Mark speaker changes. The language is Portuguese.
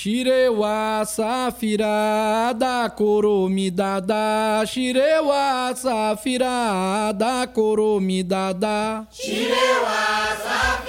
Speaker 1: Shireu a safirada, coromidada. Shireu a safirada, coromidada.
Speaker 2: Shireu a safirada.